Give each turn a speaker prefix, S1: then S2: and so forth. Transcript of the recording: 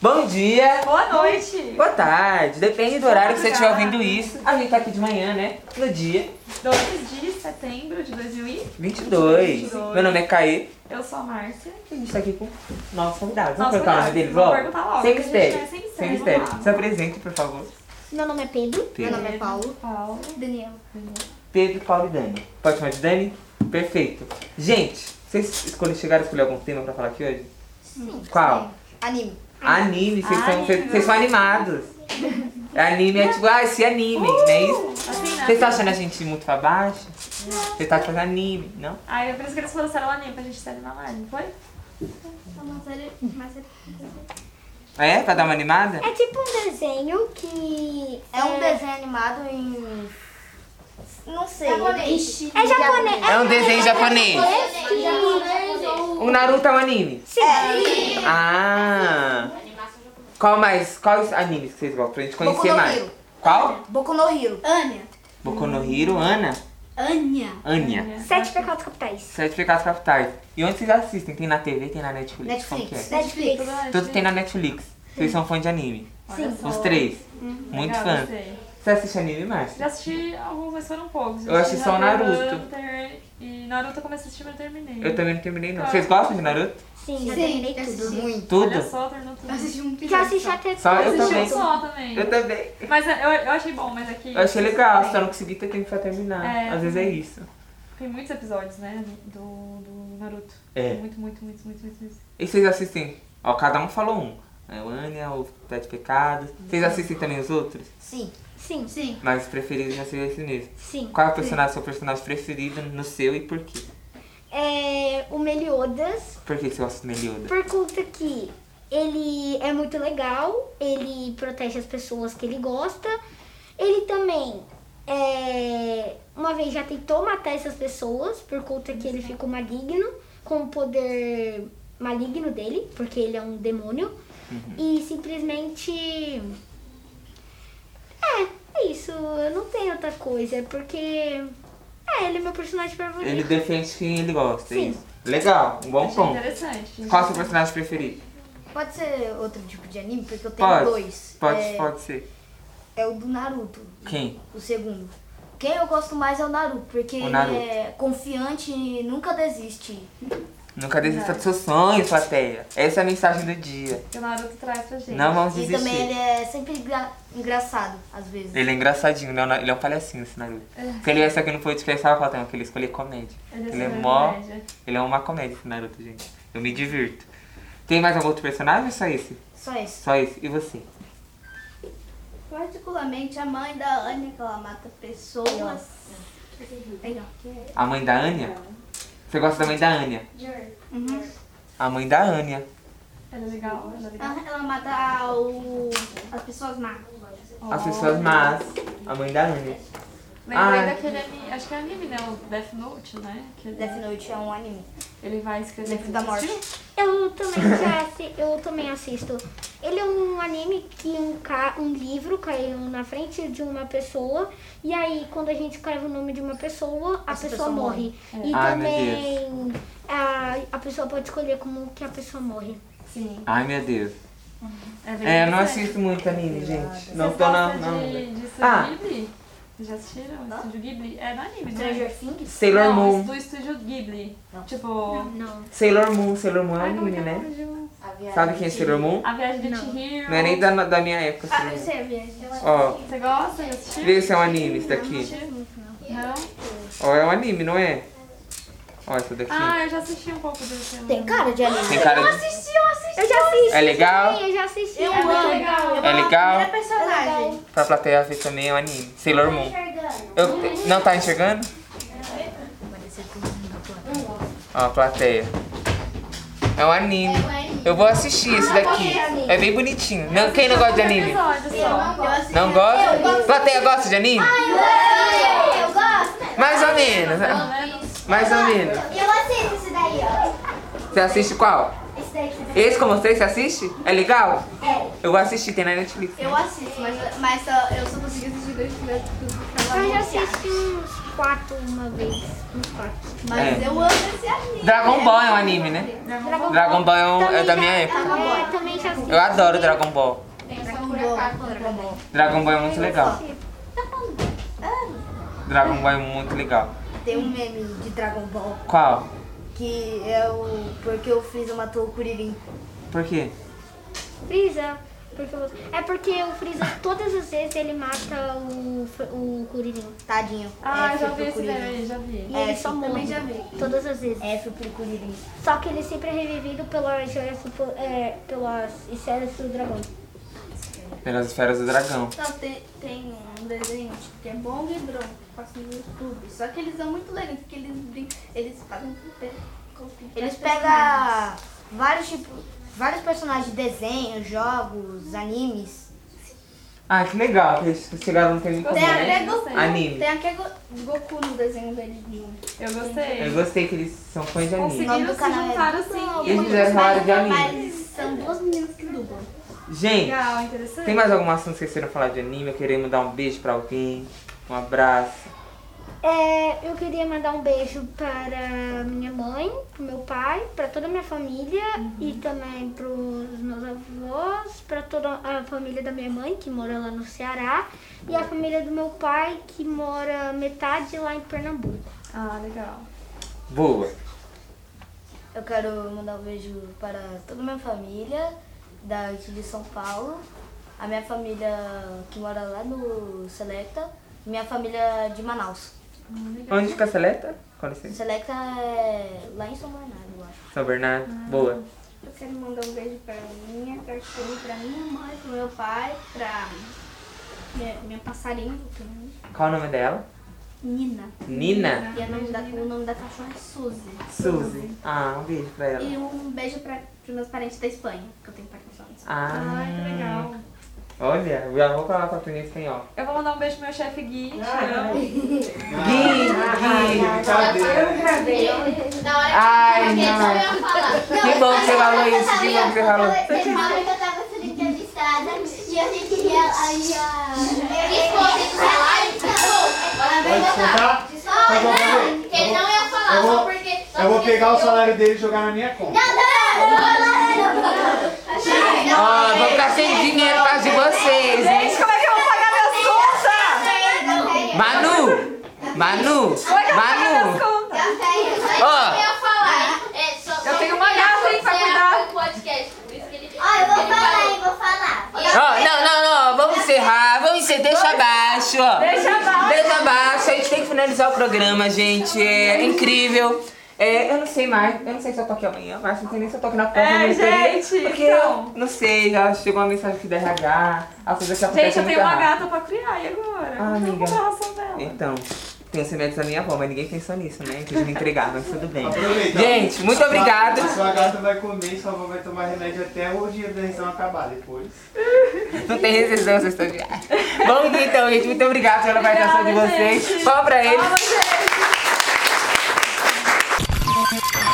S1: Bom dia!
S2: Boa noite!
S1: Boa tarde, depende do horário que você estiver
S2: Obrigada.
S1: ouvindo isso. A gente tá aqui de manhã, né? No dia
S2: 2 de setembro de 2000
S1: 22.
S2: 22.
S1: Meu nome é Caê.
S2: eu sou a Márcia.
S1: A gente tá aqui com nossos convidados. Vamos
S2: Nossos
S1: perguntar o nome
S2: convidados.
S1: deles
S2: Vamos
S1: logo?
S2: perguntar logo,
S1: Sem
S2: que a gente
S1: mistério.
S2: é sincero,
S1: Sem
S2: vamos
S1: mistério.
S2: lá.
S1: Se apresente, por favor.
S3: Meu nome é Pedro.
S1: Pedro.
S3: Meu nome é Paulo.
S2: Paulo.
S3: Daniel.
S1: Pedro, Paulo e Dani. Pode chamar de Dani? Perfeito. Gente, vocês escolhe- chegaram a escolher algum tema pra falar aqui hoje?
S3: Sim.
S1: Qual?
S3: Anime.
S1: Anime, vocês são,
S2: Anime.
S1: vocês- vocês são animados. Anime é tipo, ah, esse anime, não é isso?
S2: Assim, né?
S1: Vocês estão achando a gente muito pra baixo? Vocês tá achando anime, não?
S2: Aí eu pensei que eles lançaram o anime pra gente ser na live, não foi?
S3: É uma série- uma série-
S1: É? Pra dar uma animada?
S4: É tipo um desenho que.
S3: É um desenho animado em. Não sei. Japonês.
S4: É japonês.
S1: É um desenho japonês. O Naruto é um anime? Sim. Ah. Qual mais? Quais animes que vocês gostam? Pra gente conhecer
S3: Boku no
S1: mais.
S3: Hero.
S1: Qual?
S3: Boku no Hero.
S4: Ania.
S1: Boku no Hiro, Ana?
S3: Anya.
S1: Ania.
S3: Uhum.
S4: Sete pecados capitais.
S1: Sete Pecados Capitais. E onde vocês assistem? Tem na TV? Tem na Netflix? Como que é?
S3: Netflix.
S4: Netflix.
S2: Tudo antes.
S1: Tudo tem na Netflix. Vocês são fãs de anime?
S2: Olha só.
S1: Os três? Muito
S2: Legal,
S1: fã.
S2: gostei.
S1: Você assiste anime, Márcia?
S2: Já assisti alguns, mas foram poucos.
S1: Eu assisti só o
S2: Hunter x
S1: Naruto.
S2: Hunter E Naruto eu comecei a assistir, mas eu terminei.
S1: Eu também não terminei, não. Vocês gostam de Naruto?
S4: Sim, já terminei
S3: é
S4: tudo.
S3: Muito.
S1: Tudo?
S2: Olha só, terminou tudo.
S4: Já assisti um até.
S1: Só eu
S2: Assisti um
S1: também.
S2: só também.
S1: Eu também.
S2: Mas é, eu, eu achei bom, mas aqui
S1: Eu achei legal, tá só não consegui ter tempo pra terminar.
S2: É.
S1: Às vezes é isso.
S2: tem muitos episódios, né, do, do Naruto.
S1: É.
S2: Muito, muito, muito, muito, muito, muito.
S1: E vocês assistem? Ó, cada um falou um. É o Ania, o Sete Pecados. Vocês assistem também os outros?
S3: Sim.
S4: Sim, sim,
S1: Mas os preferidos já seriam esse mesmo.
S4: sim.
S1: Qual é o personagem, seu personagem preferido no seu e por quê?
S4: É, o Meliodas,
S1: Por que você gosta do Meliodas?
S4: por conta que ele é muito legal, ele protege as pessoas que ele gosta. Ele também, é, uma vez já tentou matar essas pessoas, por conta que ele ficou maligno, com o poder maligno dele, porque ele é um demônio. E simplesmente. É, é isso. Eu não tenho outra coisa, porque. É, ele é meu personagem favorito.
S1: Ele defende quem ele gosta, é
S4: Sim.
S1: isso. Legal, um bom
S2: Achei
S1: ponto.
S2: interessante.
S1: Qual é o seu personagem preferido?
S3: Pode ser outro tipo de anime? Porque eu tenho
S1: Pode.
S3: dois.
S1: Pode,
S3: é,
S1: pode ser.
S3: é o do Naruto,
S1: Quem?
S3: o segundo. Quem eu gosto mais é o Naruto, porque
S1: O Naruto.
S3: ele é confiante e nunca desiste.
S1: Nunca desista dos seus sonhos, plateia. Essa é a mensagem do dia.
S2: Que o Naruto traz pra gente.
S1: Não vamos
S3: E
S1: desistir.
S3: também ele é sempre engra- engraçado, às vezes.
S1: Ele é engraçadinho, né? Ele é um palhacinho esse Naruto. Se ele é, viesse aqui no podcast, tava faltando que ele escolher comédia.
S2: É. Ele é
S1: Ele é
S2: super
S1: mó.
S2: comédia.
S1: Ele é uma comédia esse Naruto, gente. Eu me divirto. Tem mais algum outro personagem ou só esse?
S3: Só isso.
S1: Só esse. E você?
S5: Particularmente a mãe da Anne, que ela mata pessoas. Uhum.
S1: A mãe da Anya? Você gosta da mãe da Anya? A mãe da Anya.
S2: Ela é legal, ela é legal.
S3: Ah.
S5: Ela, ela mata o, as pessoas má.
S1: As pessoas más. A mãe da Anya.
S2: Lembrei
S1: Ah.
S2: daquele anime, acho que é anime, né? O Death Note, né? Que ele,
S3: Death Note é um anime.
S2: ele vai escrever.
S3: Livro da morte.
S4: Eu também já assi- eu também assisto. Ele é um anime que um, ca... um livro caiu na frente de uma pessoa. E aí, quando a gente escreve o nome de uma pessoa, a
S3: Essa
S4: pessoa,
S3: pessoa
S4: morre. É. E
S1: Ai, meu
S4: também a, a pessoa pode escolher como que a pessoa morre.
S2: Sim.
S1: Ai, meu Deus.
S2: É, bem
S1: É, eu não
S2: interessante.
S1: assisto muito anime, gente.
S2: Vocês
S1: Não tô na...
S2: gostam
S1: na onda.
S2: De, de Estúdio
S1: Ah.
S2: Ghibli? Vocês já assistiram? Estúdio Ghibli? É no anime, né?
S3: Stranger Things?
S1: Sailor
S2: não,
S1: Moon.
S2: do Estúdio Ghibli.
S3: Não.
S2: Tipo.
S4: Não.
S1: Sailor Moon. Sailor Moon é
S2: Ai, como é
S1: anime,
S2: que é o
S1: né?
S2: nome de um-
S1: Sabe quem é Sailor Moon?
S2: A Viagem de Chihiro.
S1: Não é nem da, da minha
S2: Ah,
S1: época.
S4: Ah,
S1: Sailor Moon. Ó,
S2: Você gosta? Já assistiu?
S1: vê se é um anime esse daqui.
S2: Não?
S1: Ó, é um anime, não é? Ó, essa daqui.
S2: Ah, eu já assisti um pouco desse.
S3: Tem cara de anime.
S1: Tem cara de...
S4: Eu já assisti.
S1: É legal?
S4: também, Eu já assisti.
S5: um
S2: É muito legal.
S1: É legal.
S5: personagem.
S1: Pra plateia ver também o anime. Sailor Moon. Eu, não tá enxergando? Ó, a plateia. É um anime. Eu vou assistir esse daqui. É bem bonitinho. Não, quem não gosta de anime?
S2: Episódio
S5: É
S2: só. né?
S1: Não gosta? Plateia gosta de anime?
S5: Eu gosto.
S1: Mais ou menos.
S2: Pelo
S1: né?
S2: menos.
S1: Mais ou menos.
S5: Eu aceito isso daí, ó.
S1: Você assiste qual?
S5: Esse daí que você
S1: Esse com vocês, você assiste? É legal? Eu vou assistir, tem na Netflix.
S5: Eu assisto, mas, mas só- eu só consigo assistir dois vezes tudo que ela
S4: Eu já
S5: anunciar.
S4: assisti uns quatro uma vez. Uns quatro.
S5: Mas
S1: É.
S5: eu amo esse anime.
S1: Dragon Ball é um anime, né?
S4: Dragon,
S1: Dragon Ball é, um- é da minha
S4: já-
S1: época.
S4: É, também já assisti.
S1: Eu adoro Dragon Ball.
S5: Dragon Ball. É um Dragon
S2: né?
S5: Ball.
S1: Dragon Ball é muito legal. Dragon Ball é muito legal.
S3: Tem um meme de Dragon Ball
S1: Qual?
S3: que é o. Porque o Freeza matou o Kuririn.
S1: Por quê?
S4: Freeza. Porque eu- é porque o Freeza, todas as vezes, ele mata o, Fr- o Kuririn.
S3: Tadinho.
S2: Ah,
S1: É,
S3: F
S2: já
S3: pro
S2: vi esse
S3: Kuririn.
S2: daí, já vi.
S4: E
S3: É,
S4: ele só
S3: sim,
S4: morre.
S3: também já vi.
S4: Todas as vezes.
S3: F pro Kuririn.
S4: Só que ele sempre é revivido pelas, joias supo- é, pelas esferas do dragão.
S1: Pelas esferas do dragão.
S5: Não, tem, tem um desenho que é Bong e Bronco, que passa no YouTube. Só que eles são muito legais, porque eles brincam, eles fazem com pe- com pintura
S3: Eles
S5: personagem.
S3: pegam vários tipos. Vários personagens de desenho, jogos, animes.
S1: Ah, que legal. que Eles chegaram no tema em comum,
S5: Tem
S1: né?
S5: até Goku.
S1: Anime.
S5: Tem até Go- Goku no desenho dele.
S2: Eu gostei.
S1: Eu gostei que eles são fãs de anime.
S3: nome
S2: Conseguiram
S3: do
S2: se
S3: canal é-
S2: juntar assim.
S1: Eles fizeram falar de anime.
S5: Mas são duas meninas que dublam.
S1: Gente,
S2: Legal, interessante.
S1: tem mais alguma ação que vocês queiram falar de anime? Eu queria mandar um beijo pra alguém. Um abraço.
S4: É, eu queria mandar um beijo para minha mãe, pro meu pai, para toda a minha família e também para os meus avós, para toda a família da minha mãe, que mora lá no Ceará, e a família do meu pai, que mora metade lá em Pernambuco.
S2: Ah, legal.
S1: Boa.
S3: Eu quero mandar um beijo para toda a minha família daqui de São Paulo, a minha família que mora lá no Selecta, e minha família de Manaus.
S2: Ah,
S1: Onde fica a Seleta? Com licença.
S3: Selecta é lá em São Bernardo, eu acho.
S1: São Bernardo. Boa.
S5: Eu quero mandar um beijo pra minha cachorro, pra minha mãe, pro meu pai, pra minha, minha é passarinho, pra mim.
S1: Qual o nome dela?
S5: Nina.
S1: Nina?
S3: E o nome da, o nome da cachorra é Suzy.
S1: Suzy. Ah, um beijo pra ela.
S5: E um beijo pra, pros meus parentes da Espanha, que eu tenho parentes lá na Espanha.
S1: Ah,
S2: Ai, que legal.
S1: Olha, eu já vou falar pra tu em espanhol.
S2: Eu vou mandar um beijo pro meu chefe Gui.
S1: Ah,
S2: te amo.
S1: Gui, Gui,
S6: Na hora
S1: Ai,
S6: que eu
S1: não.
S6: ia falar.
S1: Que bom que você falou isso, que bom que você falou.
S6: Você falou que eu tava sendo entrevistada e eu gente queria a minha esposa de falar e falou, ela vai votar.
S7: Tá?
S6: Só não, que ele não ia falar,
S7: Eu vou-
S6: só porque... só
S7: Eu vou
S6: porque
S7: pegar o salário dele e jogar na minha conta.
S1: Ó, vou ficar sem dinheiro por causa de vocês, hein?
S2: Gente, como é que eu vou pagar minhas contas?
S1: Manu! Manu! Manu!
S2: Contas.
S6: Eu ia falar, é só...
S2: Eu tenho uma gata, hein, pra cuidar.
S6: O podcast, por isso que ele...
S5: Ah, eu vou falar,
S6: hein, vou falar.
S1: Ó, não, não, não, vamos encerrar, vamos encerrar, deixa abaixo, ó.
S2: Deixa abaixo.
S1: Deixa abaixo, a gente tem que finalizar o programa, gente, é incrível. É, eu não sei mais, eu não sei se eu tô aqui amanhã, mas não sei nem se eu tô aqui na próxima.
S2: É,
S1: monitoria,
S2: gente,
S1: Porque
S2: então.
S1: eu não sei, já chegou uma mensagem aqui da RH, as coisas que acontecem
S2: Gente, eu tenho
S1: muito
S2: uma
S1: rápido.
S2: gata pra criar e agora?
S1: Ah,
S2: Como que eu vou
S1: amiga.
S2: comprar a ração dela?
S1: Então, tem os remédios da minha avó, mas ninguém pensou nisso, né? Quis me entregar, mas tudo bem.
S7: Aproveita.
S1: Gente, muito
S7: A sua-
S1: obrigado.
S7: A sua gata vai comer e sua avó vai tomar remédio até o dia da revisão acabar depois.
S1: Não tem resistência vocês estão de Bom dia então, gente. Muito obrigado pela participação de
S2: Obrigada,
S1: vocês.
S2: gente.
S1: Fala pra eles.
S2: Vamos, gente.